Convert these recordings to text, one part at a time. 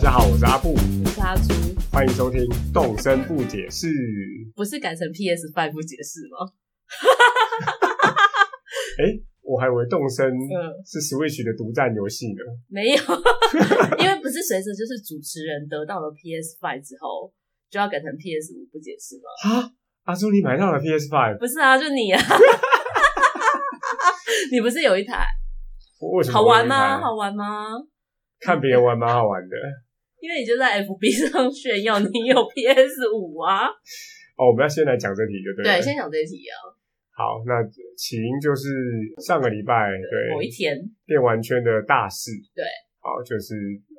家好，我是阿布，我是阿朱，欢迎收听《动声不解释》。不是改成 PS Five 不解释吗？我还以为动声嗯是 Switch 的独占游戏呢。没有， 因为不是随着就是主持人得到了 PS Five 之后，就要改成 PS 五不解释吗？啊，阿朱，你买到了 PS Five，不是啊，就你啊， 你不是有一台为什么好我会玩吗？买好玩吗？看别人玩蛮好 玩的。因为你就在 FB 上炫耀你有 PS 五啊。哦，我们要先来讲这题，就对了。对，先讲这一题啊。好，那起因就是上个礼拜某一对天， 电玩圈的大事，对，好，就是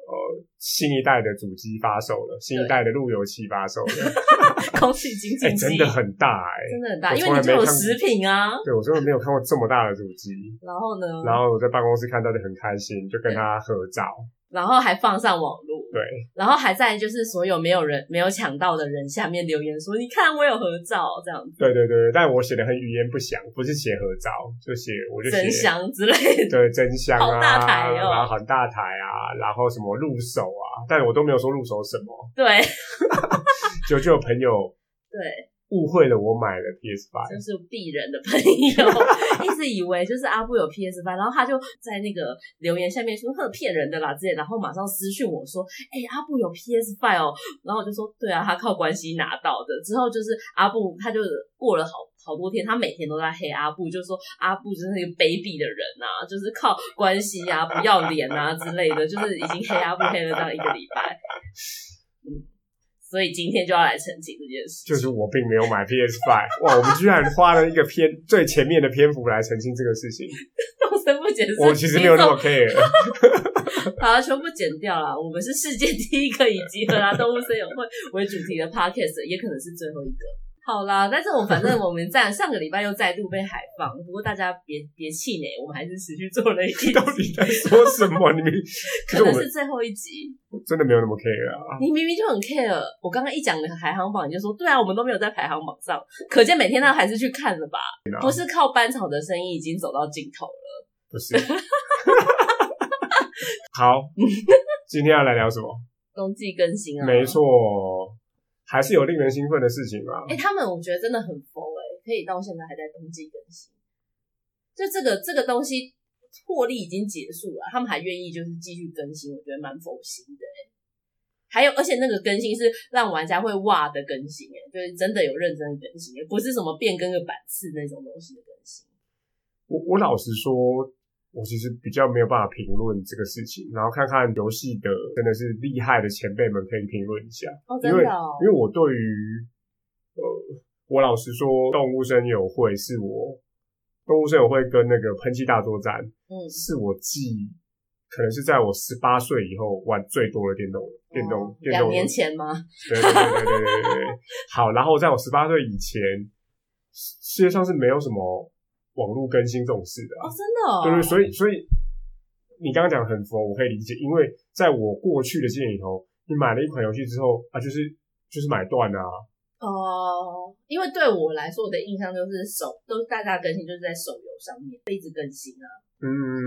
呃新一代的主机发售了，新一代的路由器发售 了，空气精哎、进真机的很大哎、真的很大，我因从为你就来没有看过食品啊。对我真的没有看过这么大的主机。然后呢？然后我在办公室看到就很开心，就跟他合照。然后还放上网络，对，然后还在就是所有没有人没有抢到的人下面留言说：“你看我有合照，这样子对对对，但我写的很语言不详，不是写合照，就写我就写真香之类的。对真香啊，好大台哦然后很大台啊，然后什么入手啊，但我都没有说入手什么，”对就就有朋友对，误会了我买了 PS Five，就是鄙人的朋友一直以为就是阿布有 PS 5然后他就在那个留言下面说：“哼，骗人的啦之类。”然后马上私讯我说：“哎、阿布有 PS 5哦。”然后我就说：“对啊，他靠关系拿到的。”之后就是阿布，他就过了好。好多天，他每天都在黑阿布，就说阿布就是那个卑鄙的人啊，就是靠关系啊、不要脸啊之类的，就是已经黑阿布黑了这样一个礼拜。嗯，所以今天就要来澄清这件事就情。 是我并没有买 PS Five。哇，我们居然花了一个篇最前面的篇幅来澄清这个事情，动身不解释，我其实没有那么 care。好了，全部剪掉了。我们是世界第一个以集合啦动物森友会为主题的 podcast，也可能是最后一个。好啦，但是我反正我们在上个礼拜又再度被海放，不过大家别别气馁，我们还是持续做了一集， 到底在说什么？你们可可是我能们是最后一集。真的没有那么 care 啊。你明明就很 care，我刚刚一讲排行榜，你就说对啊，我们都没有在排行榜上，可见每天他还是去看了吧？不是靠班草的声音已经走到尽头了。不是。 好，今天要来聊什么？冬季更新啊，没错，还是有令人兴奋的事情嘛。哎、他们我觉得真的很疯哎、可以到现在还在冬季更新，就这个这个东西获利已经结束了，他们还愿意就是继续更新，我觉得蛮佛心的哎、还有，而且那个更新是让玩家会哇的更新哎、就是真的有认真的更新、哎，不是什么变更个版次那种东西的更新。我我老实说，我其实比较没有办法评论这个事情，然后看看游戏的真的是厉害的前辈们可以评论一下，哦，真因为的哦因，为我对于呃，我老实说，动物声友会是我动物声友会跟那个喷气大作战嗯，是我记，可能是在我十八岁以后玩最多的电动电动、 哦电两动。年前吗？对对对对对对对对。好，然后在我十八岁以前，世界上是没有什么网络更新这种事的、啊。哦，真的哦，对对，所以所以你刚刚讲得很佛，我可以理解，因为在我过去的经验里头，你买了一款游戏之后啊，就是就是买断啊，哦，因为对我来说，我的印象就是手都是大家更新就是在手游上面会一直更新啊。嗯，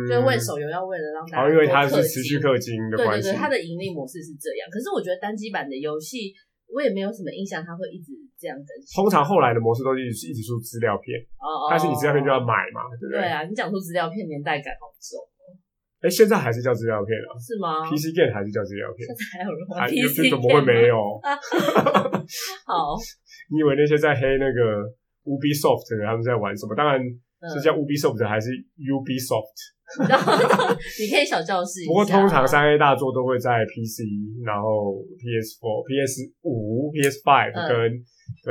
所以为手游要为了让大然后嗯哦家多因为它氪是金持续氪金的对关对系对，，它的盈利模式是这样。可是我觉得单机版的游戏，我也没有什么印象，它会一直这样更新。通常后来的模式都是一直一直出资料片，哦，但是你资料片就要哦。买嘛，对不对对？啊，你讲出资料片年代感好重，哎，现在还是叫资料片啊是吗？ ，PC game 还是叫资料片 现，在还有人还玩 PC 怎么会没有？有？好，你以为那些在黑那个 Ubisoft 的人他们在玩什么？当然是叫 Ubisoft 的还是 Ubisoft？嗯然后 你可以小教室一下。不过通常三 A 大作都会在 PC，然后 PS4、PS 五、PS Five 嗯跟、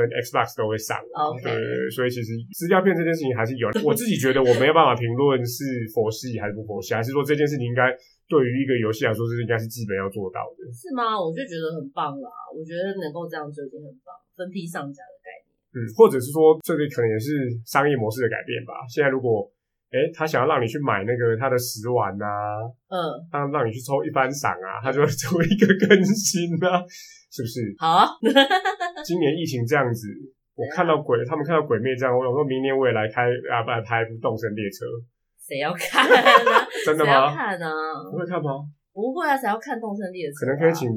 跟 Xbox 都会上。 OK 对对对，所以其实资料片这件事情还是有。我自己觉得我没有办法评论是佛系还是不佛系，还是说这件事情应该对于一个游戏来说，这应该是基本要做到的。是吗？我就觉得很棒啦，我觉得能够这样就已经很棒，分批上架的概念。嗯，或者是说这个可能也是商业模式的改变吧。现在如果诶他想要让你去买那个他的食玩呐、啊，嗯，他让你去抽一番赏啊，他就会做一个更新啊，是不是？好啊，今年疫情这样子，我看到鬼，他们看到鬼灭这样，我想说明年我也来开啊，不来拍一部动身列车，谁要看啊？ 真的谁吗？要看啊？你会看吗？不会啊，才要看动森列可车、啊，能可以请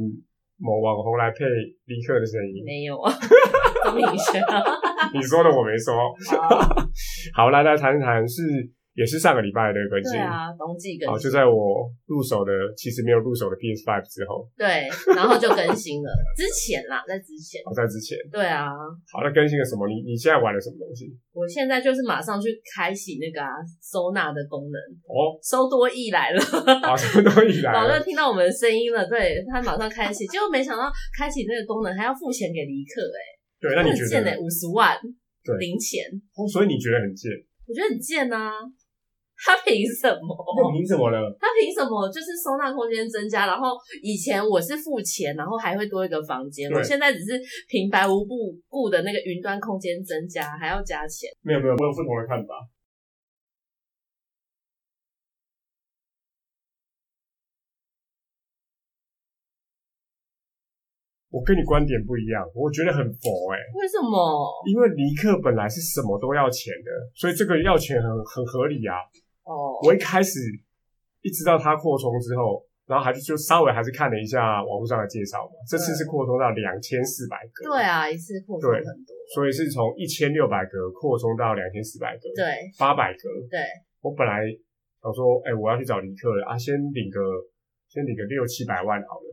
某网红来配立刻的声音。没有 啊，钟颖轩 啊，你说的我没 说。哦好，来来谈谈是也是上个礼拜的更对新。啊，冬季更好，就新，在我入手的其实没有入手的 PS Five 之后，对，然后就更新了， 之前啦，在之前，好在之前，对啊，好，那更新了什么？你你现在玩了什么东西？我现在就是马上去开启那个、啊、收纳的功能， 哦，收多益来了。好，什么都以来老了。乐听到我们的声音了，对他马上开启，结果没想到开启那个功能还要付钱给离克、欸，对，那哎，你很觉贱得哎、？五十万对零钱，哦，所以你觉得很贱？我觉得很贱啊！他凭什那么？凭什么呢？他凭什么就是收纳空间增加？然后以前我是付钱，然后还会多一个房间，对我现在只是平白无故故的那个云端空间增加，还要加钱。没有没有，我有不同的看法。我跟你观点不一样，我觉得很佛哎、为什么？因为尼克本来是什么都要钱的，所以这个要钱很很合理啊。哦，我一开始一知道它扩充之后，然后还是就稍微还是看了一下网络上的介绍嘛，这次是扩充到两千四百个，对，啊，一次扩充对很多，所以是从一千六百个扩充到两千四百个，对八百个。对，我本来想说，哎、我要去找尼克了啊，先领个先领个六七百万好 了。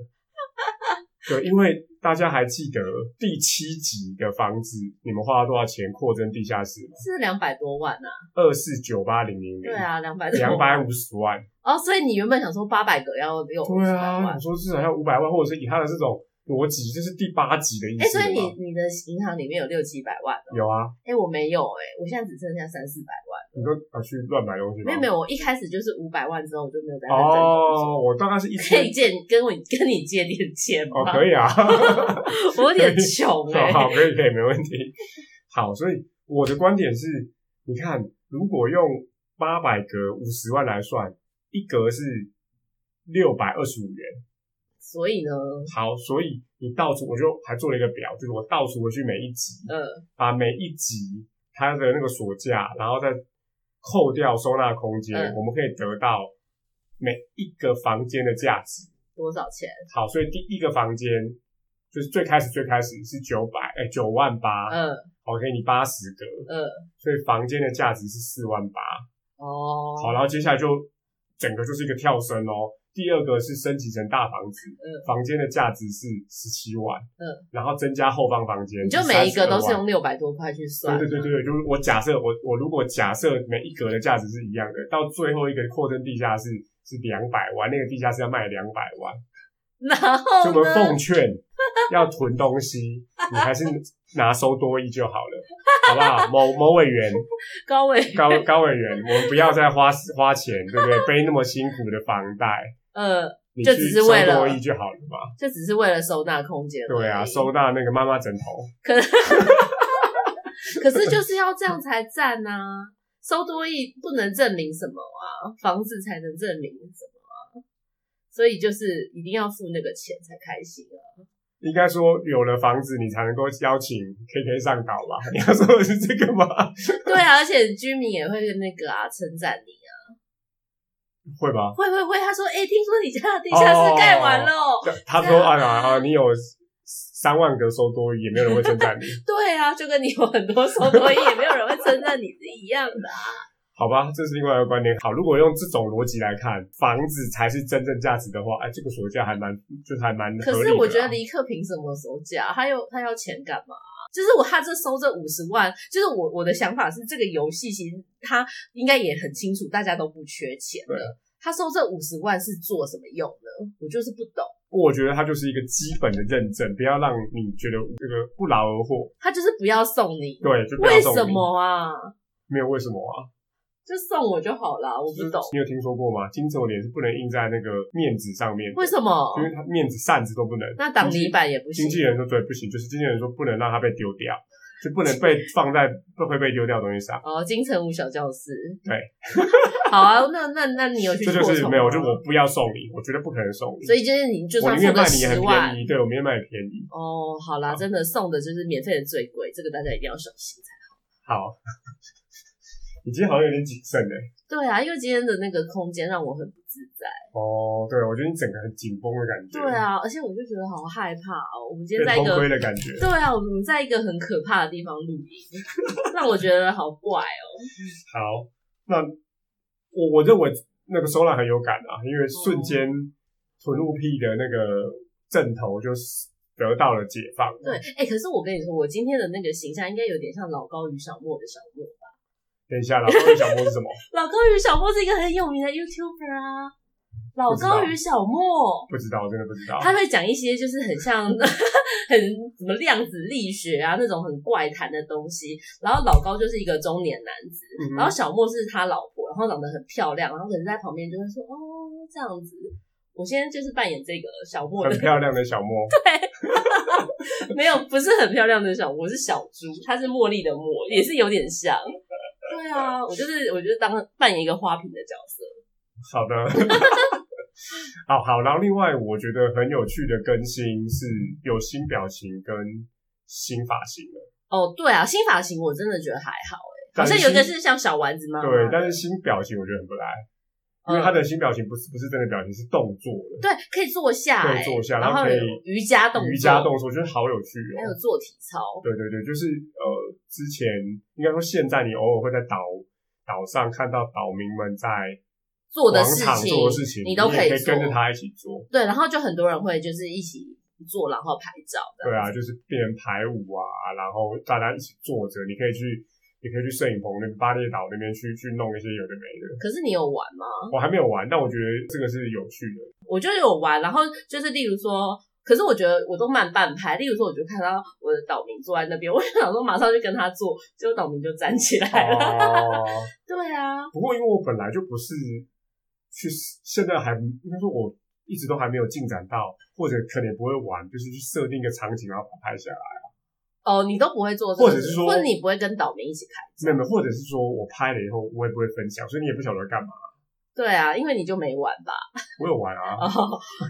对，因为大家还记得第七集的房子，你们花了多少钱扩增地下室吗？是两百多万啊。二四九八零零零，对，啊，两百多万两百五十 万。哦，所以你原本想说八百个要六十对万啊，，我说至少要五百万，或者是以他的这种逻辑，这是第八集的意哎、思所了吧。以你你的银行里面有六七百万哦、有啊？哎、我没有哎、我现在只剩下三四百万。你说啊去乱买东西吗？没有没有，我一开始就是五百万之后我就没有再认真工作。哦，我大概是一 可千以借跟我跟你借点钱哦，吗？可以 啊， 我有点穷哎、好 好可以可以没问题。好，所以我的观点是，你看，如果用八百格五十万来算，一格是六百二十五元。所以呢，好，所以你倒出，我就还做了一个表，就是我倒出回去每一集，呃，把每一集它的那个锁价，然后再扣掉收纳空间，嗯我们可以得到每一个房间的价值。多少钱？好，所以第一个房间就是最开始最开始是九百，哎，九万八，呃我给你八十个，呃，所以房间的价值是四万八。哦，好，然后接下来就整个就是一个跳升哦。第二个是升级成大房子，嗯房间的价值是十七万，嗯，然后增加后方房间，你就每一个都32是万用六百多块去算，对对对对，就是我假设我我如果假设每一格的价值是一样的，到最后一个扩增地下室是两百万，那个地下室要卖两百万，然后所以我们呢？奉劝要囤东西，你还是拿收多一就好了，好不好？某某委员高 伟，高高委员，我们不要再花 花钱，对不对？背那么辛苦的房贷，呃，你就去只是收为了多一就好了嘛。就只是为了收纳空间而已。对啊，收 纳那个妈妈枕头，可 可是就是要这样才赞啊！收多益不能证明什么啊，房子才能证明什么啊，所以就是一定要付那个钱才开心啊。应该说有了房子，你才能够邀请 KK 上岛吧？ 你要说的是这个吗？ 对啊，而且居民也会那个啊称赞你啊，会吧？会会会，他说哎、听说你家的地下室盖完了哦，他说啊 啊啊，你有三万个收多余，也没有人会称 赞你，对啊，就跟你有很多收多益，也没有人会称赞你是一样 的啊、好吧？这是另外一个观点。好，如果用这种逻辑来看，房子才是真正价值的话，哎，这个锁价还蛮，就是还蛮合可理的啊、是我觉得尼克凭什么收价？他又他要钱干嘛？就是我他这收这五十万，就是我我的想法是，这个游戏其实他应该也很清楚，大家都不缺钱对的。他收这五十万是做什么用呢？我就是不懂。我觉得它就是一个基本的认证，不要让你觉得这个不劳而获。他就是不要送你，对，就不要为送什你？么啊？没有为什么啊？就送我就好啦，我不懂你有听说过吗？金丑脸是不能印在那个面子上面的，为什么。因为它面子扇子都不能。那挡泥板也不行啊经，纪人说对，不行，就是经纪人说不能让它被丢掉，就不能被放在 会被丢掉的东西上。哦，金城武小教室，对， 好啊，那那那你有去这就扩是充没有，吗就我不要送你，我绝对不可能送你。所以就是你就我算宁付愿个卖你也十很万便，宜，对我宁愿卖你便宜。哦，好啦，好真的送的就是免费的最贵，这个大家一定要小心才。好， 你今天好像有点谨慎哎。对啊，因为今天的那个空间让我很不自在。哦，对，我觉得你整个很紧绷的感觉，对，啊，而且我就觉得好害怕哦。我们今天被在一偷个窥的感觉。对啊，我们在一个很可怕的地方录音， 让我觉得好怪哦。好，那我我认为那个收纳很有感啊，因哦为瞬间臀路屁的那个阵头就是得到了解放。啊对，，哎、可是我跟你说，我今天的那个形象应该有点像老高与小莫的小莫吧？等一下啦，我想问是什么？ 老高与小莫是一个很有名的 YouTuber 啊，老高与小莫。不知道，真的不知道。他会讲一些就是很像 很什么量子力学啊那种很怪谈的东西，然后老高就是一个中年男子，嗯哼然后小莫是他老婆，然后长得很漂亮，然后可能在旁边就会说哦这样子。我现在就是扮演这个小莫 的很，漂亮的小 莫，没有不是很漂亮的小莫，是小猪，它是茉莉的茉，也是有 点像。对啊，我就是我就是当扮演一个花瓶的角色。好的， 好好。然后另外我觉得很有趣的更新是有新表情跟新发型了，哦，对啊，新发型我真的觉得还好哎、好但像有一个新是像小丸子妈妈的，对，但是新表情我觉得很不赖，因为他啊嗯的新表情不是不是真的表情，是动作的。对可以坐下、欸，对坐下然然后后可以有瑜伽动作，瑜伽动作，我觉得好有趣还有哦。做体操，对对对，就是呃，之前应该说现在你偶尔会在岛岛上看到岛民们在做的广事场情做的事情，你你都也可以以做跟着他一起做。对，然后就很多人会就是一起做，然后拍照的。对啊，就是变成排舞啊，然后大家一起坐着，你可以去，也可以去摄影棚那边巴列岛那边去去弄一些有的没的。可是你有玩吗？我还没有玩，但我觉得这个是有趣 的。我就有玩，然后就是例如说，可是我觉得我都慢半拍。例如说，我就看到我的岛民坐在那边，我就想说马上就跟他做，结果岛民就站起来了。哦， 对啊，不过因为我本来就不是去，现在还应该说我一直都还没有进展到，或者可能也不会玩，就是去设定一个场景然后把它拍下来。哦，你都不会做这或个者事是说或者你不会跟岛民一起拍。没有，没有或者是说我拍了以后我也不会分享，所以你也不晓得干嘛。对啊，因为你就没玩吧？ 我有玩啊，哦，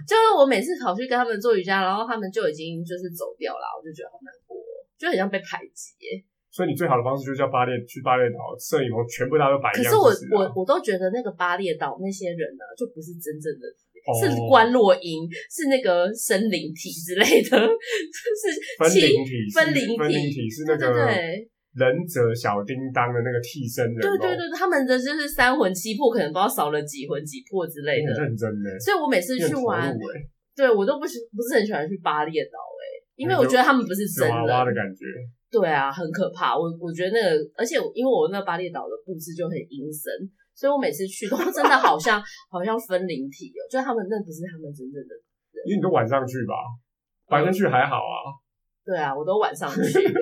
就是我每次跑去跟他们做瑜伽，然后他们就已经就是走掉了，我就觉得好难过，就很像被排挤耶。所以你最好的方式就是叫巴列去巴列岛摄影棚，全部大家都摆一可样是我姿势啊、我我都觉得那个巴列岛那些人呢、啊就不是真正的，哦是关洛音，是那个森林体之类的， 就是分七灵体是，分灵体分灵体是那对个对对忍者小叮当的那个替身人对哦，对对，他们的就是三魂七魄，可能不知道少了几魂几魄之类你很的。认真呢，所以我每次你很去投入玩，欸对我都不是不是很喜欢去巴列岛哎、因为你就我觉得他们不是纸真娃娃的感觉，对啊，很可怕。我我觉得那个，而且我因为我那巴厘岛的布置就很阴森，所以我每次去都 真的好像好像分灵体哦，就他们那不是他们真正的。因为你都晚上去吧，嗯白天去还好啊，对啊，我都晚上去，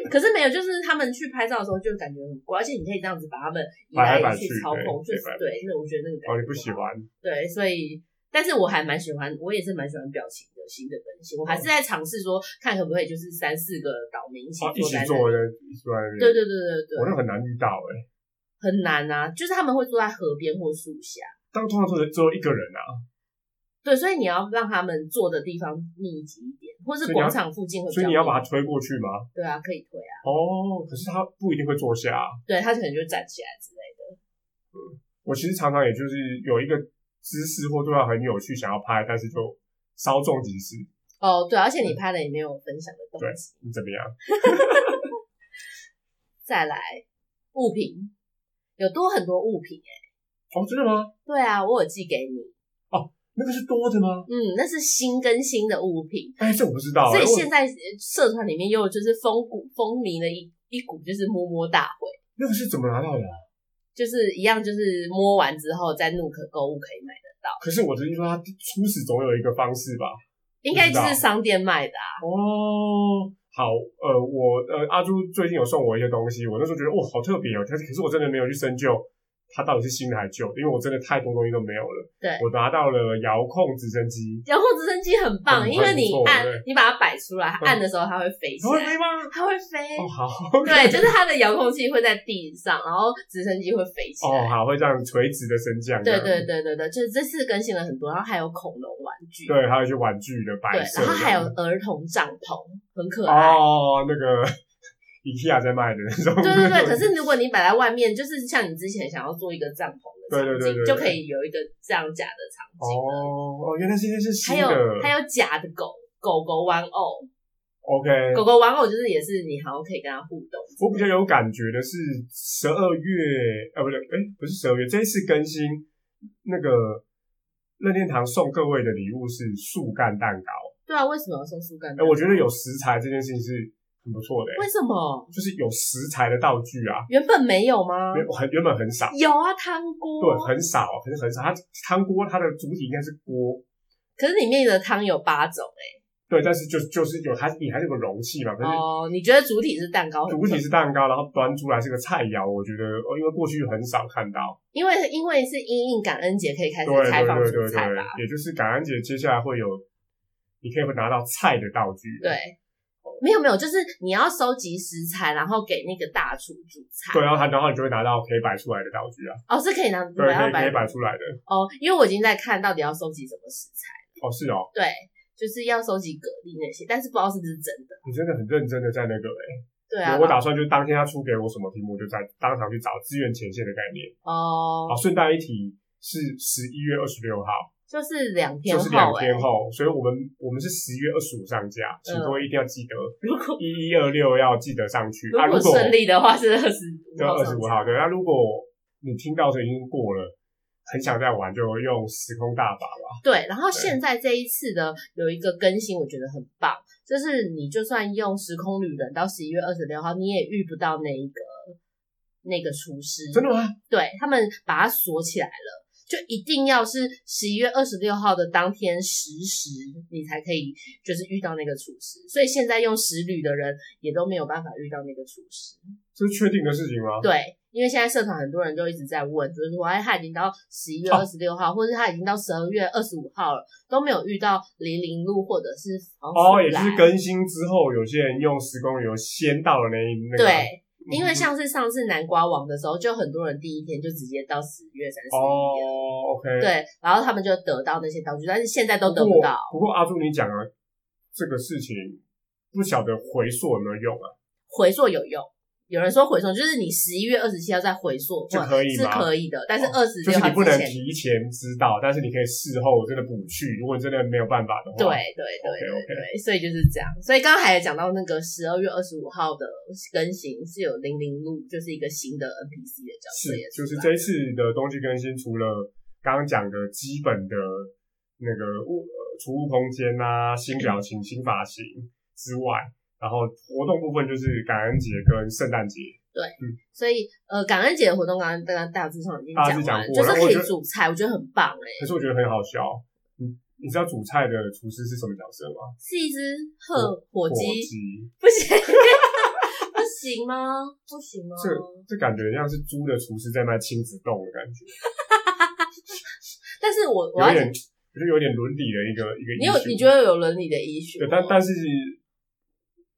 可是没有，就是他们去拍照的时候就感觉很怪，而且你可以这样子把他们移摆来来摆移去去操控，就对是摆来摆对，那我觉得那个感觉哦，你不喜好欢，对，所以但是我还蛮喜欢，我也是蛮喜欢表情的新的更新，我还是在尝试说看可不可以就是三四个岛民一起哦，一坐起在那坐里，的，一起坐在那边，对对对对对，我那很难遇到哎、欸，很难啊，就是他们会坐在河边或树下，但通常都是只有一个人啊，对，所以你要让他们坐的地方密集一点，或是所以你要广场附近会比较所以密。你要把他推过去吗？对啊，可以推啊，哦，可是他不一定会坐下啊、对他可能就站起来之类的。我其实常常也就是有一个姿势或对话很有趣，想要拍，但是就稍纵即逝。哦，对啊、而且你拍了也没有分享的东西。你怎么样？再来，物品有多很多物品哎、哦，真的吗？对啊，我有寄给你，那个是多的吗？嗯，那是新更新的物品，哎、这我不知道、哎所以我现在呃社团里面又就是风骨风靡了一一股就是摸摸大会，那个是怎么拿到的啊、就是一样就是摸完之后在怒可购物可以买。可是我只是说，他初始总有一个方式吧。应该就是商店卖的、啊，哦，好，呃，我呃阿朱最近有送我一些东西，我那时候觉得哇好特别哦，但是可是我真的没有去深究它到底是新的还是旧的，因为我真的太多东西都没有了。对我拿到了遥控直升机，遥控直升机很棒，很因为很你不错按对你把它摆出来，嗯按的时候它会飞起它会飞来，吗？它会飞。哦好，对，就是它的遥控器会在地上，然后直升机会飞起哦来。好，会这样垂直的升降这对样。对对对对，就是这次更新了很多，然后还有恐龙玩具，对，还有一些玩具的摆对，设，然后还有这样儿童帐篷，很可爱。哦那个 IKEA 在卖的那种。对 对对，可是如果你摆在外面，就是像你之前想要做一个帐篷的对对场景，对对对就可以有一个这样假的场景。哦哦，原来这件是新还的。有还有假的狗狗狗玩偶， OK，狗狗玩偶就是也是你好像可以跟它互动。我比较有感觉的是十二月，呃，不对，哎、不是十二月，这一次更新那个任天堂送各位的礼物是树干蛋糕。对啊，为什么要送树干？哎、我觉得有食材这件事情是很不错的、哎为什么就是有食材的道具啊，原本没有吗？原很原本很少，有啊，汤锅。对，很少，可是很少。它汤锅它的主体应该是锅，可是里面的汤有八种对，但是就就是有它，你还是有个容器嘛，可哎、是。哦，你觉得主体是蛋糕？主体是蛋糕，然后端出来是个菜肴，我觉得，哦，因为过去很少看到，因为因为是因应感恩节可以开始对对开放对蔬对菜对吧？，也就是感恩节接下来会有，你可以拿到菜的道具。对，没有没有，就是你要收集食材，然后给那个大厨煮菜。对，然后他然后你就会拿到可以摆出来的道具啊，哦，是可以拿，对，我可要以可摆以摆出来的。哦，因为我已经在看到底要收集什么食材，哦，是哦，对，就是要收集蛤蜊那些，但是不知道是不是真的。你真的很认真的在那个哎、对啊，我打算就当天他出给我什么题目，我就在当场去找资源前线的概念。哦好，，顺带一提是十一月二十六号，就是两就天后是两哎、天后，所以我们我们是十一月二十五上架，请各位一定要记得嗯如果一一二六要记得上去啊。如如果果顺利的话是二十 对，五号二十上五架号。对，那如果你听到这已经过了，很想再玩，就用时空大法吧。对，然后现在这一次的有一个更新，我觉得很棒，就是你就算用时空旅人到十一月二十六号，你也遇不到那一个那个厨师，真的吗？对他们把它锁起来了，就一定要是十一月二十六号的当天十时，你才可以就是遇到那个厨师，所以现在用时旅的人也都没有办法遇到那个厨师，这是确定的事情吗？对。因为现在社团很多人就一直在问，就是说，哎，他已经到十一月哦二十六号，或者他已经到十二月二十五号了，都没有遇到零零路或者是黄哦，鼠也就是狼更新之后，有些人用时空游先到了那一那个。对，嗯，因为像是上次南瓜网的时候，就很多人第一天就直接到十月三十一了，嗯哦，OK，，对，然后他们就得到那些道具，但是现在都得不到。。不过阿朱，你讲了这个事情，不晓得回溯有没有用啊？回溯有用，有人说回溯就是你十一月二十七号再回溯，就或可以是吗哦可以的，但是二十就六是号你不之能前，提前知道，但是你可以事后真的补去。如果真的没有办法的话，对对对 OK，OK 对对，所以就是这样。所以刚才也讲到那个十二月二十五号的更新是有零零路，就是一个新的 NPC 的角色是也，就是出来这一次的冬季更新，除了刚刚讲的基本的那个物呃储物空间啊、新表情、新发型之外，然后活动部分就是感恩节跟圣诞节。所以呃，感恩节的活动刚刚刚刚大致上已经大致讲讲完，过就是然后我可以觉得煮菜，我觉得很棒哎、可是我觉得很好笑，你你知道煮菜的厨师是什么角色吗？是一只鹤火鸡，鸡，不行 不行吗？不行吗？这感觉像是猪的厨师在卖亲子冻的感觉，但是我我有要点我觉得有点伦理的一个一个。你有你觉得有伦理的依据对吗？，但但是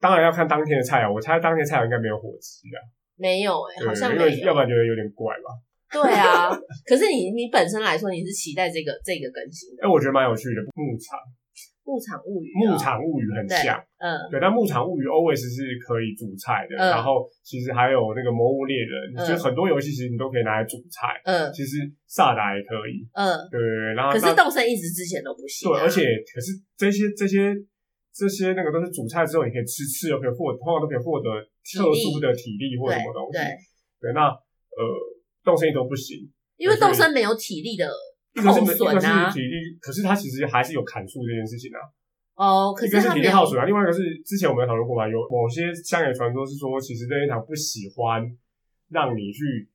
当然要看当天的菜肴，啊我猜当天菜肴应该没有火鸡啊，没有哎、对好像因没为要有。不然觉得有点怪吧。对啊，可是你你本身来说，你是期待这个这个更新的哎、我觉得蛮有趣的，牧场《牧场物语》啊。牧场物语很像，嗯，对，但牧场物语 always 是可以煮菜的，嗯然后其实还有那个魔物猎人，嗯就是很多游戏其实你都可以拿来煮菜，嗯其实萨达也可以，嗯，对对对，然后可是啊那动身一直之前都不行、对，啊而且可是这些这些。这些那个都是煮菜之后，你可以吃吃，又可以获，通常都可以获得特殊的体力或对什么东西。对，对，那呃，动身一都不行，因为动身没有体力的一个是扣没一损个是啊。体力，可是它其实还是有砍树这件事情啊。哦，可一个是他体力没有耗损啊，另外一个是之前我们有讨论过嘛，有某些乡野传说是说，其实任天堂不喜欢让你去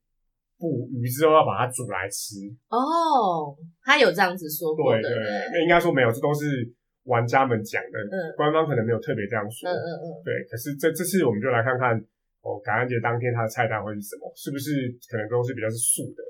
捕鱼之后要把它煮来吃。哦，他有这样子说过对的。对，那应该说没有，这都是玩家们讲的，嗯官方可能没有特别这样嗯说。嗯嗯，对，可是这这次我们就来看看。哦，感恩节当天它的菜单会是什么？是不是可能都是比较是素的？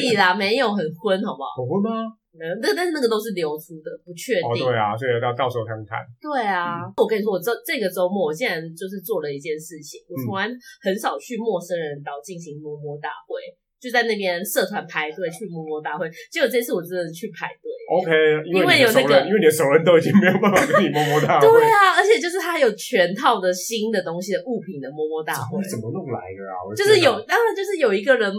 屁啦，没有很昏，好不好？很荤吗？没有，那但是那个都是流出的，不确定。哦，对嗯啊，所以到到时候看看。对啊，我跟你说，我这这个周末我竟然就是做了一件事情，嗯我从来很少去陌生人岛进行摸摸大会，就在那边社团排队去摸摸大会，结果这次我真的去排队。哦， OK，因因为为你的有那熟个人，因为你的熟人都已经没有办法跟你摸摸大会，对啊，而且就是它有全套的新的东西的物品的摸摸大会你，怎么弄来的啊？我的就是天哪有，当然就是有一个人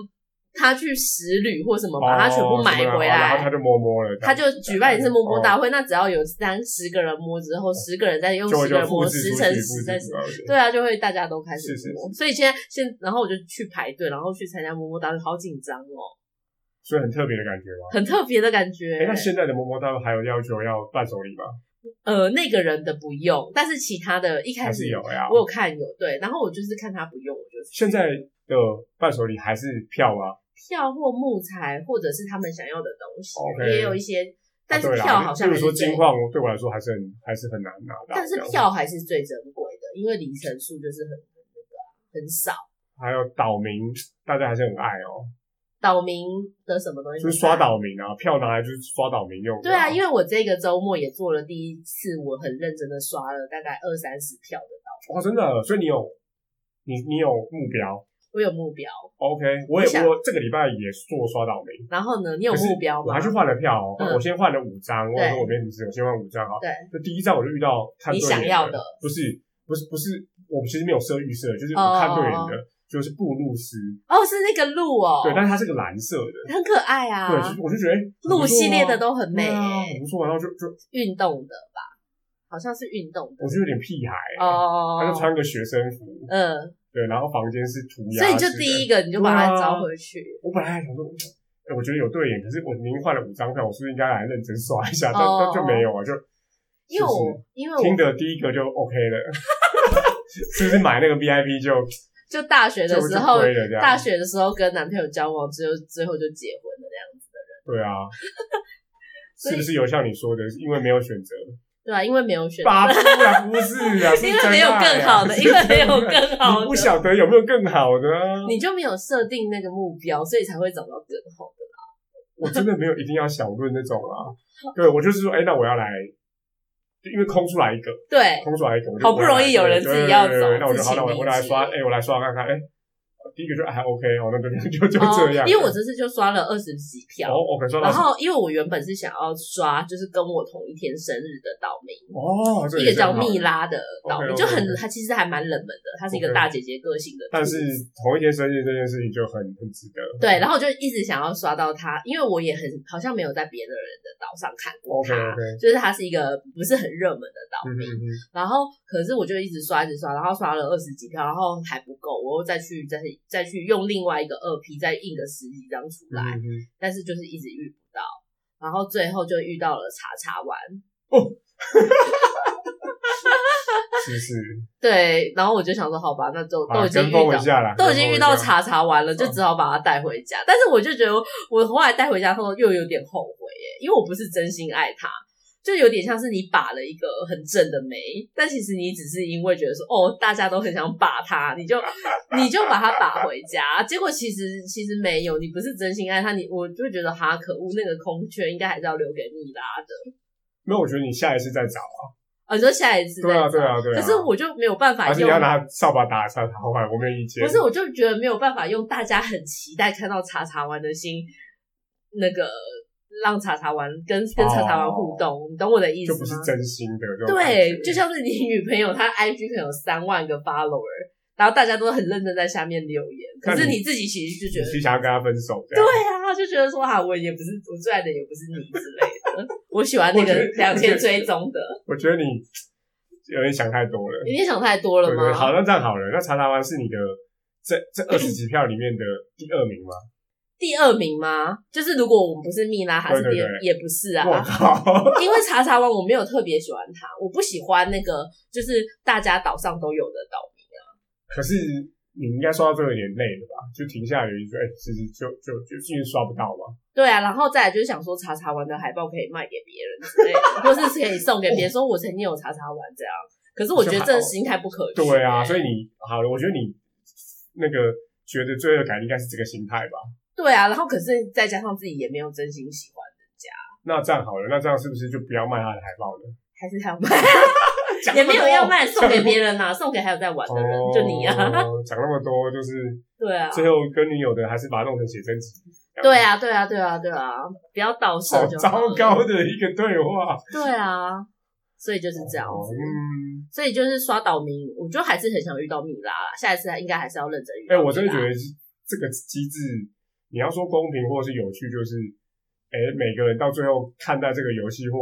他去十旅或什么，把它全部哦买什么的回然后他来。就摸摸了，他就举办一次摸摸哦大会，那只要有三十个人摸之后，十个人再用就十个就人复摸，制十出乘去，复十再制十出去。对啊，就会大家都开始是是摸，所以现在现然后我就去排队，然后去参加摸摸大会，好紧张哦，所以很特别的感觉吗？很特别的感觉。哎，那现在的摸摸大会还有要求要伴手礼吗？呃，那个人的不用，但是其他的一开还始是有呀我？有看有对，然后我就是看他不用，我就去现在的伴手礼还是票吗？啊票或木材或者是他们想要的东西哦 OK 也有一些，但是啊对啦票好例像还如是说最金矿，对我来说还是很还是很难拿到。但是这样票还是最珍贵的，因为里程数就是很那个啊很少。还有岛民，大家还是很爱哦，岛民的什么东西？就是刷。岛民啊，票拿来就是刷岛民用的。对啊，因为为我这个周末也做了第一次，我很认真的刷了大概二三十票的岛，哇，真的，所以你有你你有目标我有目标。 ，OK？我我也想我这个礼拜也做刷岛民，然后呢，你有目标我吗还？去换了票哦，嗯我先换了五张，我对说我没什么事，我先换五张哈。对，就第一张我就遇到看对你眼想要的的，不是不是不是，我们其实没有设预设，就是我哦看对眼的，就是布鲁斯，哦，是那个鹿哦，对，但是它是个蓝色的，很可爱啊。对，就是我就觉得哎很鹿不错啊系列的都很美对啊欸很不错，然后就就运动的吧，好像是运动我的就有点屁孩，哦。他就穿个学生服，嗯，对，然后房间是涂鸦，所以你就第一，个你就把它对啊招回去。我本来还想说。哎，我觉得有对眼，可是我明明换了五张票，我是不是应该来认真刷一下？但哦但就没有啊，就因为是不是我因为听我的第一个就 OK 了， 是不是买那个 VIP 就就大学就的就时候，亏了这样？大学的时候跟男朋友交往，最后最后就结婚了那样子。对 啊，所是以不是有像你说的，因为没有选择？对啊，因为没有选，巴夫 啊，不是啊，是因为真没有爱更啊 好的，是因为没有真爱更好你不的，晓得有没有更好的啊？你就没有设定那个目标，所以才会找到更好的。我真的没有一定要小论那种啊。对，我就是说，哎、那我要来，因为空出来一个，对，空出来一个，我就好不容易有人自己要走对对对对那我就自好，行那我我离来职刷，哎、我来刷看看，哎、第一个就还 OK，好，那就 就就哦这样。因为我这次就刷了二十几票哦，，我可刷到然后因为我原本是想要刷，就是跟我同一天生日的岛民，哦，这也一个是叫很好蜜，拉的岛民， OK，OK，OK 就很她其实还蛮冷门的，她是一个 OK 大姐姐个性的兔子，但是同一天生日这件事情就很很值得。对，然后我就一直想要刷到她，因为我也很好像没有在别的人的岛上看过 OK 她。 OK，就是她是一个不是很热门的岛嗯嗯民，嗯，然后可是我就一直刷，一直刷，然后刷了二十几票，然后还不够，我又再去再去再去用另外一个二 P 再印个十几张出来，嗯嗯嗯但是就是一直遇不到，然后最后就遇到了查查丸，是不 是？对，然后我就想说，好吧，那就好啦都已经跟遇风到一，下啦，都已经遇到查，查查嗯完了，就只好把它带回家。但是我就觉得，我后来带回家后又有点后悔耶，因为我不是真心爱他，就有点像是你把了一个很正的眉，但其实你只是因为觉得说，哦，大家都很想把他， 你就你就把它把回家。结果其实其实没有，你不是真心爱他，你我就会觉得哈，可恶，那个空缺应该还是要留给蜜拉的。那我觉得你下一次再找啊，啊，你说下一次再对啊找对啊对啊可是我就没有办法而用。且你要拿扫把打他，他坏，我没有意见。不是，我就觉得没有办法用大家很期待看到查查丸的心，那个让查查丸跟跟查查丸互动，你懂我的意思哦就吗？不是真心的这种感觉。对，就像是你女朋友，她 IG 可能有三万个 follower，然后大家都很认真在下面留言，可那是你你自己其实就觉你得是，想要跟他分手这对样。啊，就觉得说啊，我也不是我最爱的，也不是你之类的，我喜欢那个我觉得两千追踪的，我觉得你有点想太多了。你也想太多了对对，吗？好，那这样好了，那查查湾是你的这这二十几票里面的第二名吗？第二名吗？就是如果我们不是蜜拉，还是对对第二，对也不是啊。我靠！因为查查湾我没有特别喜欢它，我不喜欢那个就是大家岛上都有的岛民啊。可是你应该刷到这个有点累了吧？就停下来，有一说，哎，其实就就就因为刷不到嘛。对啊，然后再来就是想说查查湾的海报可以卖给别人之类的，或是可以送给别人，说我曾经有查查湾这样。可是我觉得这个心态不可取、对啊，所以以你好了，我觉得你那个觉得罪恶感应该是这个心态吧。对啊，然后可是再加上自己也没有真心喜欢，那这样好了，那这样是不是就不要卖他的海报了？还是他要卖， 也没有要卖，送给别人啊，送给还有在玩的人， 就你啊，哦哦。讲那么多，就是对啊，最后跟女友的还是把它弄成写真集。样。对啊，对啊，对啊，对啊，不要倒好射就糟好了。糕的一个对话，对啊，所以就是这样子。嗯，所以就是刷岛民，我就还是很想遇到米拉啦。下一次应该还是要认真遇到哎、米拉。我真的觉得是这个机制，你要说公平或是有趣，就是，哎、每个人到最后看待这个游戏或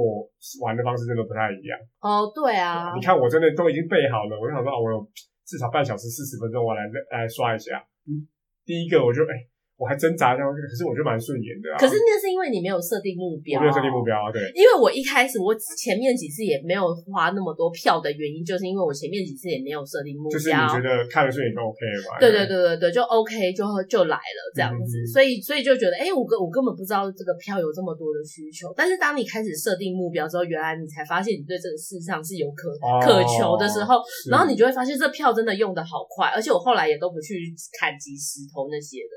玩的方式真的不太一样。哦，对啊，你看，我真的都已经备好了，我就想说，哦我有至少半小时四十分钟，我来来刷一下。嗯，第一个我就哎、我还挣扎一下，可是我就蛮顺眼的、啊。可是那是因为你没有设定目标，我没有设定目。标啊，对，因为我一开始我前面几次也没有花那么多票的原因，就是因为我前面几次也没有设定目就标，是你觉得看了顺眼就 OK 了嘛？对对对对对，就 OK 就就来了这样子，嗯所以所以就觉得，哎、我根我根本不知道这个票有这么多的需求。但是当你开始设定目标之后，原来你才发现你对这个市场是有可、哦渴求的时候，是然后你就会发现这票真的用的好快，而且我后来也都不去砍击石头那些的，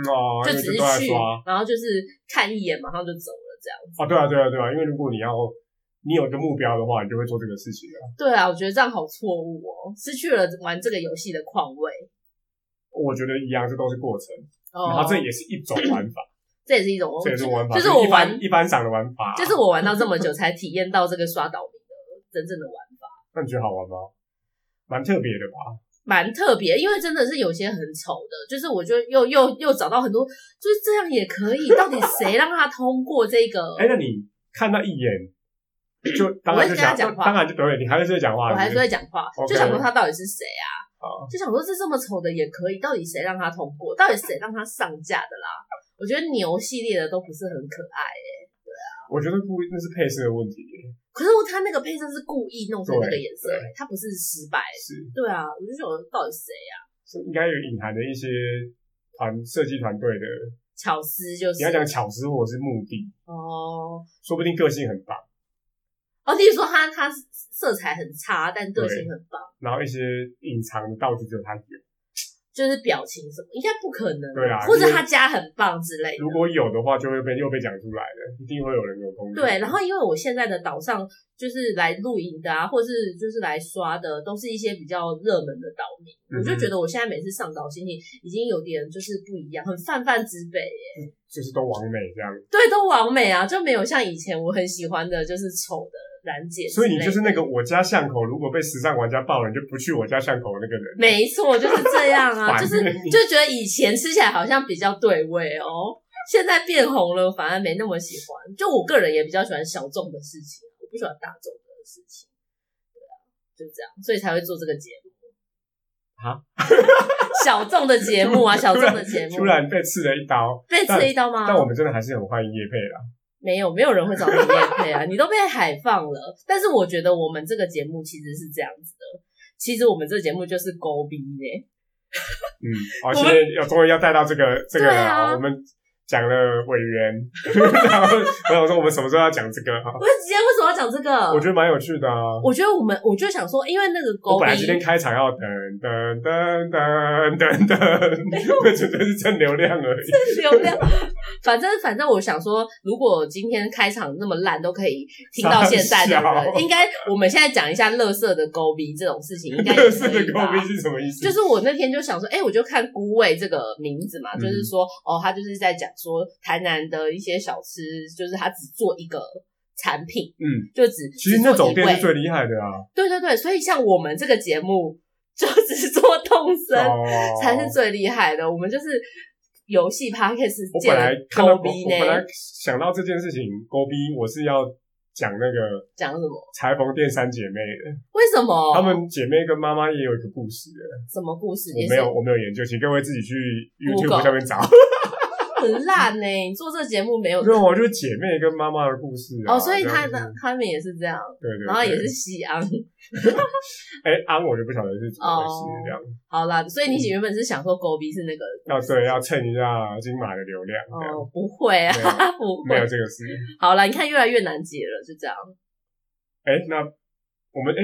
嗯哦，因就为只就是都在去刷，然后就是看一眼，马上就走了这样子。啊，对啊，对啊，对啊，因为如果你要你有一个目标的话，你就会做这个事情啊。对啊，我觉得这样好错误哦，失去了玩这个游戏的况味。我觉得一样，这都是过程，然哦后，这也是一种玩法，这也是一种，这也是玩法，就是一我玩般一般赏的玩法。就是我玩到这么久才体验到这个刷岛民的真正的玩法，那你觉得好玩吗？蛮特别的吧？蛮特别。因为真的是有些很丑的，就是我就又又又找到很多，就是这样也可以。到底谁让他通过这个？哎，那你看到一眼，就当然就我会跟他讲话当然就对，你还会说讲话，我还是对会讲话 OK 就想说他到底是谁啊？好就想说这这么丑的也可以，到底谁让他通过？到底谁让他上架的啦？我觉得牛系列的都不是很可爱、欸，我觉得不，那是配色的问题，可是他那个配色是故意弄成那个颜色、对欸，他不是失败。是对啊，我就想说到底谁啊？是应该有隐含的一些团设计团队的，巧思就你是要讲巧思或者是目的，哦，说不定个性很棒，哦，你说他他色彩很差，但个性很棒，然后一些隐藏的道具只有他有。就是表情什么应该不可能，对啊或者因为他家很棒之类的如。果有的话，就会被又被讲出来的，一定会有人有攻击。对，然后因为我现在的岛上就是来露营的啊，或是就是来刷的，都是一些比较热门的岛民，嗯我就觉得我现在每次上岛心情已经有点就是不一样，很泛泛之辈耶。就是都完美这样，对，都完美啊，就没有像以前我很喜欢的就是丑的兰姐之所类以的，你就是那个我家巷口，如果被时尚玩家爆了，你就不去我家巷口的那个人。没错，就是这样 啊，反就正是你就觉得以前吃起来好像比较对味哦，现在变红了，反而没那么喜欢。就我个人也比较喜欢小众的事情，啊我不喜欢大众的事情。对啊，就这样，所以才会做这个节目。啊， 小众的节目啊，小突众然的节目突，然被刺了一刀，被刺一刀吗？但我们真的还是很欢迎叶佩啦。没有，没有人会找你叶配啊，你 都被海放了。但是我觉得我们这个节目其实是这样子的，其实我们这个节目就是勾逼呢、嗯，好、今天要终于要带到这个这个了对啊好我们讲了委员，然后我想说我们什么时候要讲这个？我今天为什么要讲这个？我觉得蛮有趣的啊。我觉得我们，我就想说，因为那个狗我比本来今天 开场要噔噔噔噔噔噔，纯粹是蹭流量而已。流量，反正反正我想说，如果今天开场那么烂都可以听到现在的傻人，笑应该我们现在讲一下乐色的狗逼这种事情，应该也乐色可的以吧狗逼？是什么意思？就是我那天就想说，哎、我就看孤味这个名字嘛，嗯就是说，哦，他就是在讲说台南的一些小吃，就是他只做一个产品，嗯，就只其实那种店是只做一味最厉害的啊，对对对，所以像我们这个节目就只做 动身，哦，才是最厉害的。我们就是游戏 p a c k a g e 我界本来的看到高狗逼我呢本，来想到这件事情，狗逼我是要讲那个讲什么？裁缝店三姐妹的，为什么？她们姐妹跟妈妈也有一个故事的，什么故事？我也是没有我没有研究，请各位自己去 Google YouTube 上面找。 很烂呢、你做这个节目没有没有，我就是姐妹跟妈妈的故事啊。哦，所以他这样的子他们也是这样，对对，然后也对是西安。哎安，我就不晓得是怎么回哦事这样。好啦，所以你原本是想说狗逼是那个要嗯啊对要蹭一下金马的流量这样，哦，不会啊没有，不没有会。这个事。好啦，你看越来越难解了，就这样。哎，那我们哎，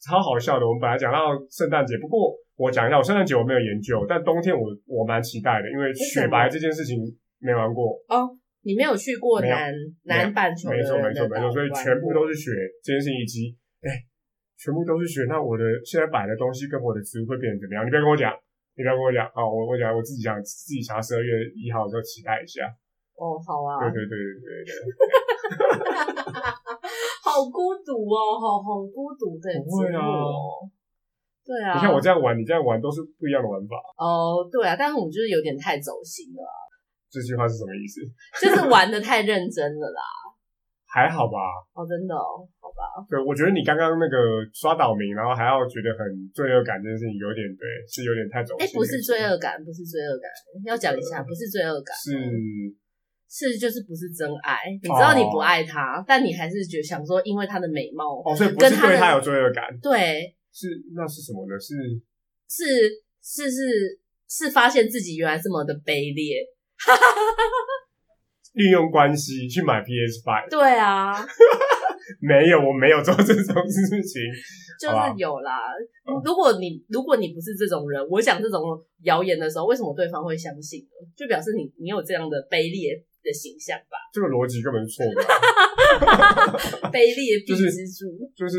超好笑的。我们本来讲到圣诞节，不过我讲一下，我圣诞节我没有研究，但冬天我我蛮期待的，因为什么雪白这件事情没玩过，你没有去过没有南没有南半球的没人错没错的没岛错，所以玩全部过都是雪这件事情，以及哎，全部都是雪。那我的现在摆的东西跟我的植物会变成怎么样？你不要跟我讲，你不要跟我讲啊、我我讲我自己想自己想要十二月一号的时候期待一下。哦，好啊，对对对对对对，好孤独哦，好好孤独的不会节目啊哦。对你啊，看我这样玩，你这样玩都是不一样的玩法。哦，对啊，但是我们就是有点太走心了啊， 这句话是什么意思？就是玩的太认真了啦。还好吧？哦，真的哦，好吧，对，我觉得你刚刚那个刷岛民，然后还要觉得很罪恶感这件事情，有点对，是有点太走心。哎，不是罪，恶感，不是罪恶感，要讲一下，不是罪恶感，呃是是就是不是真爱。你知道你不爱他，但你还是觉想说，因为他的美貌，哦，所以不跟是他对的他有罪恶感，对，是那是什么呢？是是是是是发现自己原来这么的卑劣。利用关系去买 PS Five？对啊，没有，我没有做这种事情。就是好吧有啦嗯。如果你如果你不是这种人，我讲这种谣言的时候，为什么对方会相信呢？就表示你你有这样的卑劣的形象吧，这个逻辑根本是错的啊、卑劣 必就是之主。就是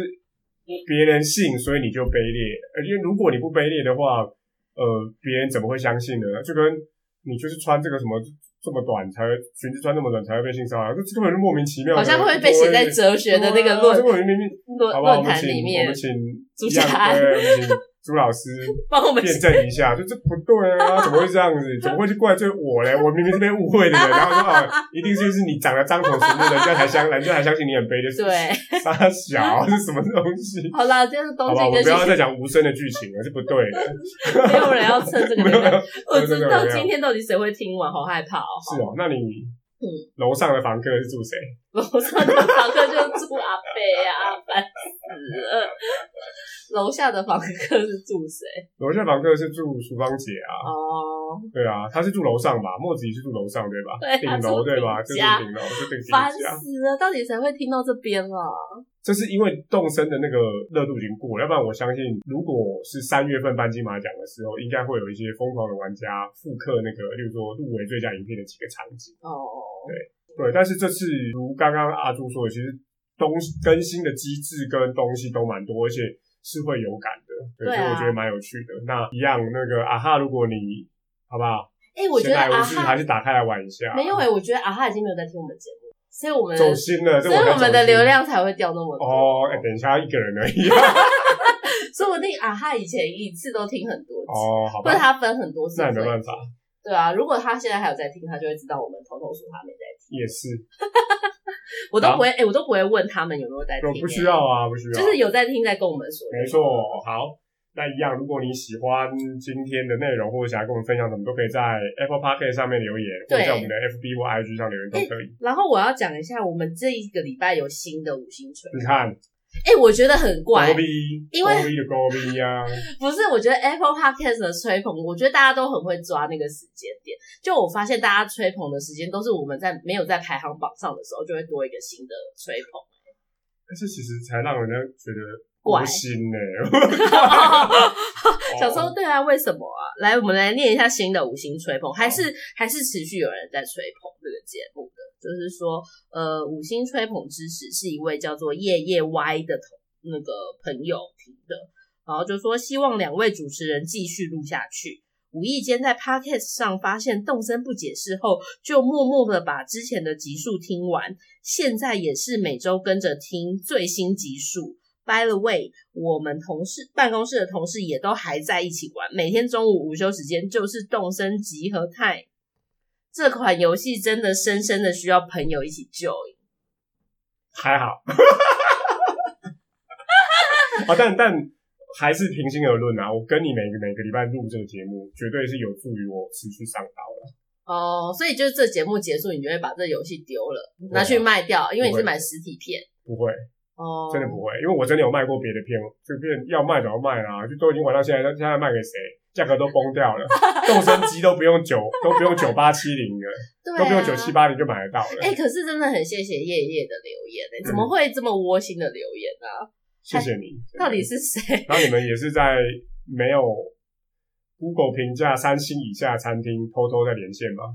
别人信，所以你就卑劣。而且如果你不卑劣的话，呃，别人怎么会相信呢？就跟你就是穿这个什么这么短才会裙子穿那么短才会被性骚扰，这这根本是莫名其妙的。好像会被写在哲学的那个对啊论这个明明好不好？论论我们坛请里我面们，请朱一样家安对，我们请朱老 师帮我们辩证一下，就这不对啊，怎么会这 样子？怎么会去怪罪我嘞？我明明是被误会的人，然后说啊，一定是就是你长得张口什么，人家才相，人家才相信你很卑劣。对，傻小啊是什么东西？ 好啦，就是嗯东好吧，京我们跟不西要再讲无声的剧情了，是不对的。没有人要蹭这 个没有没流有量。我蹭这知个道流量今天到底谁会听完，好害怕哦。是哦，那你嗯楼上的房客是住谁？楼上的房客就是住阿贝啊，烦死了。楼下的房客是住谁？楼下房客是住厨房姐啊，哦，对啊，他是住楼上吧？莫子怡是住楼上对吧？对顶他楼住对顶吧？就是家顶楼，就顶烦顶家。死了！到底谁会听到这边啊了？这是因为动身的那个热度已经过了，要不然我相信，如果是三月份颁金马奖的时候，应该会有一些疯狂的玩家复刻那个，例如说入围最佳影片的几个场景。哦，对，但是这次如刚刚阿朱说的，其实东西更新的机制跟东西都蛮多，而且是会有感的，对，对啊所以我觉得蛮有趣的。那一样那个啊哈，如果你好不好？哎、我觉得闲来阿无事还哈是打开来玩一下，啊没有哎、我觉得阿哈已经没有在听我们节目，所以我们走心了，这所以我们的才走心流。量才会掉那么多。哦，哎、等一下，一个人而已。 啊说不定阿哈以前一次都听很多集，哦，好或者吧，他分很多次那也追。没办法，对啊，如果他现在还有在听，他就会知道我们偷偷说他没在听。也 是，我都好不会，哎、我都不会问他们有没有在听、不不需哎要啊，不需要，就是有在听再跟我们说。没错，好，那一样，如果你喜欢今天的内容，或者想要跟我们分享什么，都可以在 Apple Podcast 上面留言，或对者在我们的 FB 或 IG 上留言都可以。然后我要讲一下，我们这一个礼拜有新的五星锤。你看，哎、我觉得很怪高，逼，因为高逼的高逼呀， 不是？我觉得 Apple Podcast 的吹捧，我觉得大家都很会抓那个时间点。就我发现，大家吹捧的时间都是我们在没有在排行榜上的时候，就会多一个新的吹捧。但是其实才让人家觉得无怪心呢。 哦想说对啊，为什么啊？来，我们来念一下新的五星吹捧，还是还是持续有人在吹捧这个节目的，就是说，呃，五星吹捧支持是一位叫做夜夜歪的同那个朋友提的，然后就说希望两位主持人继续录下去。无意间在 podcast 上发现动森不解释后，就默默的把之前的集数听完，现在也是每周跟着听最新集数。By the way，我们同事办公室的同事也都还在一起玩，每天中午午休时间就是动身集合态。这款游戏真的深深的需要朋友一起 join。还好， 哦，但但。还是平心而论啊，我跟你每个每个礼拜录这个节目，绝对是有助于我持续上道的。哦，所以就是这节目结束，你就会把这游戏丢了，啊拿去卖掉，因为你是买实体片。不会，哦，真的不会，因为我真的有卖过别的片，这个片要卖早就卖啦、就都已经玩到现在，那现在卖给谁？价格都崩掉 了，动身机都不用九，都不用九八七零了，对、啊，都不用九七。八零就买得到了。哎、可是真的很谢谢夜夜的留言、欸，怎么嗯会这么窝心的留言啊？谢谢你。哎到底是谁？ 然后你们也是在没有 Google 评价三星以下餐厅偷偷在连线吗？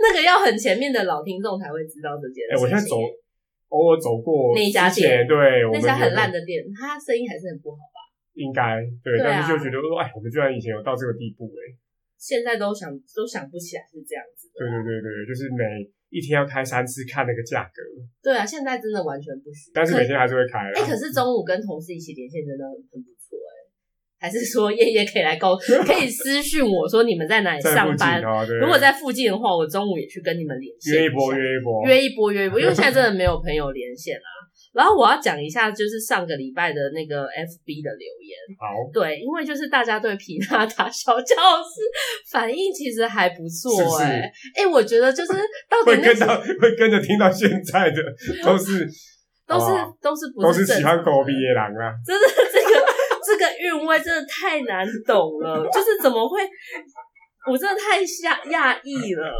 那个要很前面的老听众才会知道这件事哎、情。我现在走偶尔走过那一家之前店对我那们家有很个烂的店，他生意还是很不好。应该对，对但啊是就觉得说，哎，我们居然以前有到这个地步哎、现在都想都想不起来是这样子的。对对对对，就是每一天要开三次，看那个价格，对啊，现在真的完全不需要。但是可每天还是会开啦。哎、可是中午跟同事一起连线真的很很不错哎、还是说夜夜可以来 告，可以私讯我说你们在哪里在附上近班？哦，对，如果在附近的话，我中午也去跟你们连线约一下波，约一波，约一波约一波，因为现在真的没有朋友连线啊。然后我要讲一下，就是上个礼拜的那个 FB 的留言，好，对，因为就是大家对皮娜 塔小教师反应其实还不错、是不是哎哎，我觉得就是到会底那跟些到会跟着听到现在 的都是都好是不好都是不哦都是正喜欢常狗的逼野狼啊，真的这个这个韵味真的太难懂了，就是怎么会？我真的太吓讶异了。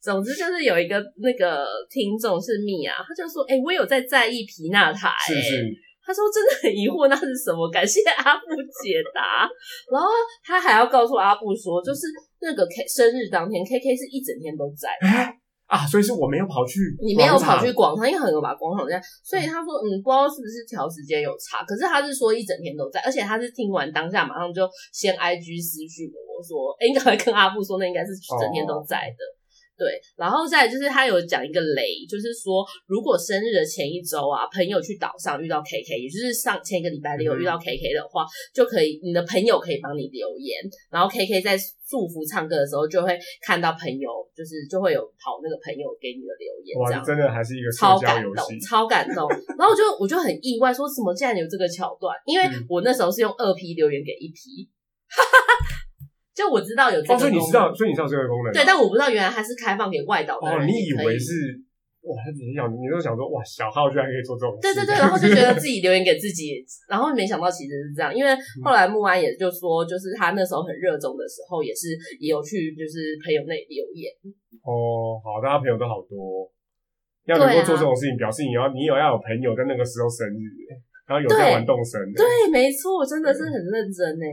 总之就是有一个那个听众是蜜啊，他就说：“哎、我有在在意皮纳塔、欸，是不是？他说真的很疑惑那是什么，感谢阿布解答。然后他还要告诉阿布说，就是那个 K 生日当天，K K 是一整天都在。啊，所以是我没有跑去，你没有跑去，广场，因为很有把广场这样，所以他说，嗯，不知道是不是调时间有差，可是他是说一整天都在，而且他是听完当下马上就先 IG 私讯我我说，哎、应该跟阿布说，那应该是整天都在的。对，然后再来就是他有讲一个雷，就是说如果生日的前一周啊，朋友去岛上遇到 KK，也就是上前一个礼拜六嗯哼遇到 KK 的话，就可以你的朋友可以帮你留言，然后 KK 在祝福唱歌的时候就会看到朋友，就是就会有跑那个朋友给你的留言，这哇，样这真的还是一个社超交感游动戏，，超感动。然后我就我就很意外，说怎么竟然有这个桥段？因为嗯我那时候是用二 P 留言给一 P，就我知道有这个哦，功所以能，你知道，所以你知道这个功能啊，对，但我不知道原来它是开放给外岛的哦，人你也以可为是哇，你想，你就想说哇，小号居然可以做这种事，对对对，然后就觉得自己留言给自己，然后没想到其实是这样，因为后来木安也就说，就是他那时候很热衷的时候，也是也有去就是朋友那里留言。哦，好，大家朋友都好多，哦要对能够啊做这种事情，表示你要你有要有朋友在那个时候生日，然后有在对玩动身，对，没错，真的是很认真哎。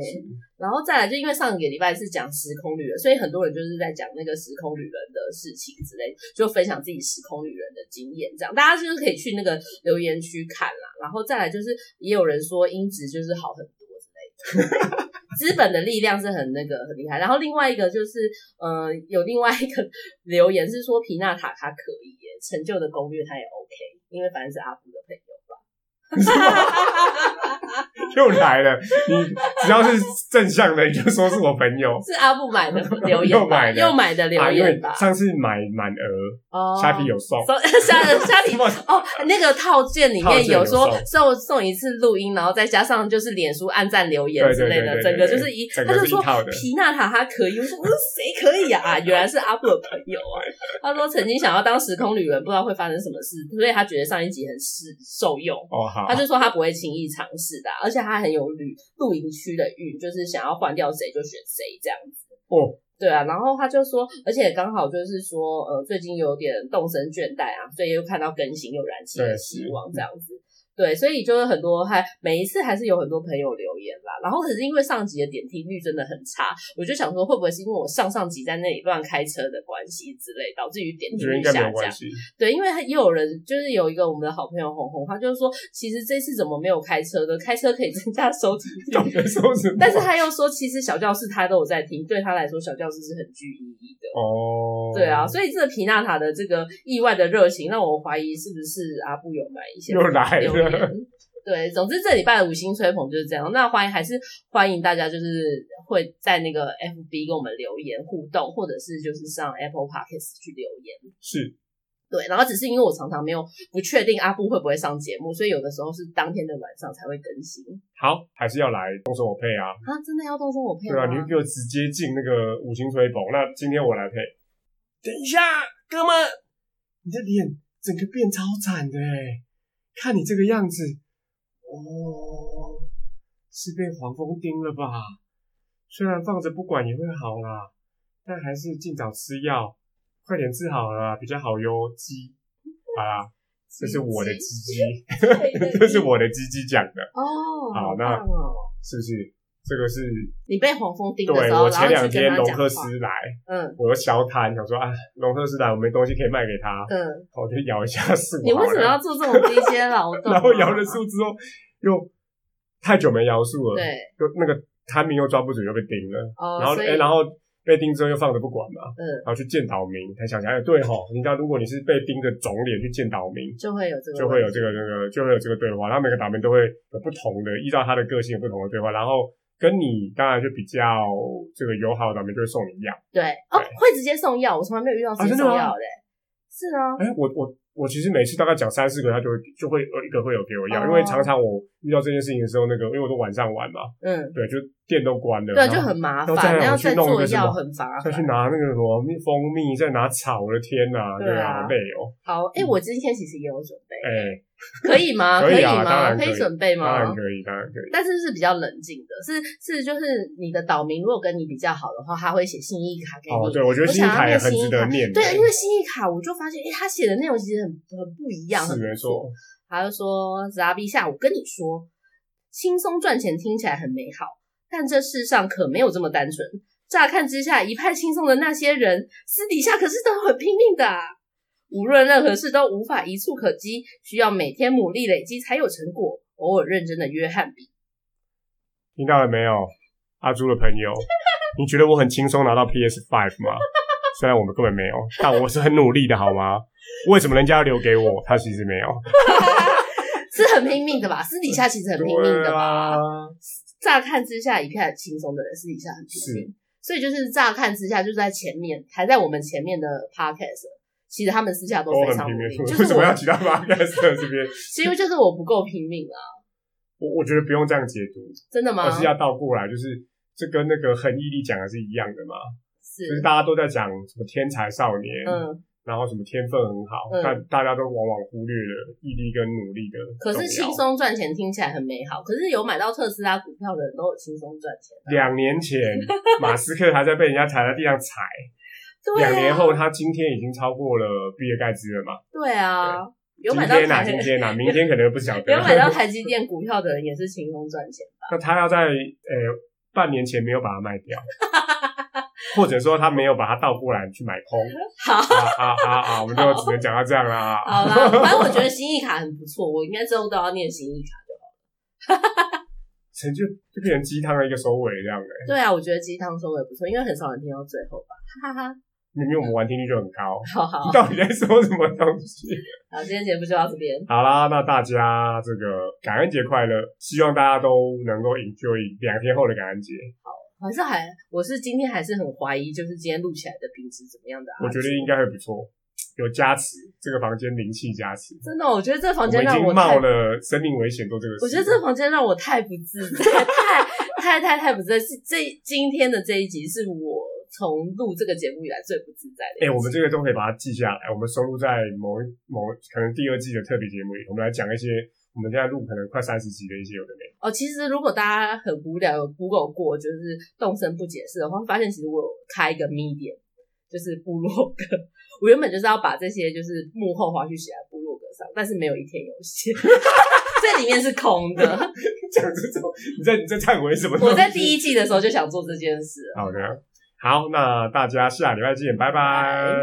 然后再来，就因为上个礼拜是讲时空旅人，所以很多人就是在讲那个时空旅人的事情之类，就分享自己时空旅人的经验，这样大家就是可以去那个留言区看啦。然后再来就是，也有人说音质就是好很多之类的。 资本的力量是很那个很厉害，然后另外一个就是，呃，有另外一个留言是说皮纳塔他可以耶，成就的攻略他也 OK，因为反正是阿布的朋友吧。又来了，你只要是正向的，你就说是我朋友。是阿布买的留言 又吧，买的又买的 留啊，因为言吧。上次买满额，哦，虾皮有送，送 虾虾皮什么 哦，那个套件里套面件有有说送送送一次录音，然后再加上就是脸书按赞留言对之对类对的，对整对个对就是一，他整个就是说一套的皮娜塔他可以，我说嗯谁可以啊啊？原来是阿布的朋友啊。他说曾经想要当时空旅人，不知道会发生什么事，所以他觉得上一集很适受用。哦，好他，就说他不会轻易尝试的啊、而且他很有旅露营区的运，就是想要换掉谁就选谁这样子。哦，对啊，然后他就说，而且刚好就是说，呃，最近有点动身倦怠啊，所以又看到更新又燃起了对嗯希望这样子。对，所以就是很多还每一次还是有很多朋友留言啦，然后可是因为上集的点听率真的很差，我就想说会不会是因为我上上集在那里乱开车的关系之类，导致于点我听觉得率应该没下有降关？系。对，因为他也有人就是有一个我们的好朋友红红，他就说，其实这次怎么没有开车的？开车可以增加收听 懂率，得说什么？但是他又说，其实小教室他都有在听，对他来说小教室是很具意义的。哦，对啊，，所以这个皮纳塔的这个意外的热情，让我怀疑是不是阿布有买一些又来留了言。对，总之这礼拜的五星吹捧就是这样。那欢迎还是欢迎大家就是会在那个 FB 跟我们留言互动，或者是就是上 Apple Podcast 去留言。是对，然后只是因为我常常没有不确定阿布会不会上节目，所以有的时候是当天的晚上才会更新。好，还是要来动手我配啊？啊，真的要动身我配对啊，吗？你就给我直接进那个五星吹捧。那今天我来配。等一下，哥们，你的脸整个变超惨的哎！看你这个样子，哦，是被黄蜂叮了吧？虽然放着不管也会好啦，但还是尽早吃药，快点治好了啦比较好哟。鸡，好啦，这是我的鸡 鸡，这是我的鸡鸡讲的，哦，好那棒哦。是不是？这个是你被黄蜂叮的对时我候，前然两后去跟天他龙讲克话，斯来。嗯我又消摊，想说啊，龙特斯达我没东西可以卖给他， 嗯，我就摇一下树。 你为什么要？做这种低阶劳动然啊？后摇了树之后，又太久没摇树了，，对，就那个摊名又抓不准，又被盯了，然哦，后所以哎，然后被盯之后又放着不管嘛，嗯，然后去见岛民，才想起来，哎对吼，你知道如果你是被盯着肿脸去见岛民，就会有这个问题，就会有这个那个就会有这个对话，然后每个岛民都会有不同的，依照他的个性有不同的对话，然后跟你当然就比较这个友好的岛民就会送你药。对哦，对会直接送药，我从来没有遇到直啊真接的送吗药的，是啊，哎，我我我其实每次大概讲三四个，他就会就会有一个会有给我药，哦因为常常我遇到这件事情的时候，那个因为我都晚上玩嘛，嗯，对，就店都关了，对，啊然后就很麻然后再烦，让要我去再弄一做个什药么很麻再去烦。啊拿那个什么蜜蜂蜜，再拿草，我的天呐，对对好啊累哦。好，哎，我今天其实也有准备，哎，可以吗？可以啊当吗？然可可以以准备当然吗？可以，当然可以。但是是比较冷静的，是是就是你的岛民如果跟你比较好的话，他会写信义卡给你。哦，对，我觉得我新想要卡也看很信值义得卡，念哎的。对，因为信义卡我就发现，哎、他写的内容其实很很不一样，是很没不错，错。他就说：“子阿 B 下，我跟你说，轻松赚钱听起来很美好，但这世上可没有这么单纯。乍看之下一派轻松的那些人，私底下可是都很拼命的、啊。”无论任何事都无法一触可及，需要每天努力累积才有成果。偶尔认真的约翰比，听到了没有，阿朱的朋友，你觉得我很轻松拿到 PS Five 吗？虽然我们根本没有，但我是很努力的，好吗？为什么人家要留给我，他其实没有？是很拼命的吧？私底下其实很拼命的对吧？啊，乍看之下一片轻松的人，私底下很拼命。所以就是乍看之下，就是在前面还在我们前面的 podcast，其实他们私下都我非啊很常拼努命力。，就 为是什么要我，提到 Podcast 这边？其实就是我不够拼命啊，我我觉得不用这样解读，真的哦吗？而是啊要倒过来，就是这跟那个恒毅力讲的是一样的嘛，就是是大家都在讲什么天才少年，嗯，然后什么天分很好，嗯但大家都往往忽略了毅力跟努力的可重是要轻松赚钱听起来很美好，可是有买到特斯拉股票的人都有轻松赚钱啊、两年 前，马斯克还在被人家踩在地上踩。对啊，两年后，他今天已经超过了比尔盖茨了嘛？对啊，有买今到天哪？台今天哪？明天可能不晓得。 有买到台积电股票的人也是轻松赚钱，那他要在呃半年前没有把它卖掉，或者说他没有把它倒过来去买空。 好。啊啊啊啊！我们就只能讲到这样啦。啊好啦，反正我觉得心意卡很不错，我应该之后都要念心意卡。成就就变成鸡汤的一个收尾这样的、对啊，我觉得鸡汤收尾不错，因为很少人听到最后吧，哈哈哈。明明我们玩听率就很高，好好你，到底在说什么东西？好，今天节目就到这边，好啦，那大家这个感恩节快乐，希望大家都能够 enjoy 两天后的感恩节。好像还我是今天还是很怀疑，就是今天录起来的品质怎么样的、啊？我觉得应该会不错，有加持，这个房间灵气加持。真的，哦我觉得这个房我间们已让我经冒，太了生命危险做这个事，我觉得这个房间让我太不自在，太太太太不自在。是这今天的这一集是我从录这个节目以来最不自在的一集。哎、我们这个都可以把它记下来，我们收录在某一某可能第二季的特别节目里，我们来讲一些我们现在录可能快三十集的一些有的没 的。哦，其实如果大家很无聊有 Google 过，就是动身不解释的话，发现其实我有开一个 Medium，就是部落格。我原本就是要把这些就是幕后花絮写在部落格上，但是没有一天有写， 这里面是空的。讲这种，你在你在忏悔什么东西？我在第一季的时候就想做这件事了。好的，好，那大家下礼拜见，拜拜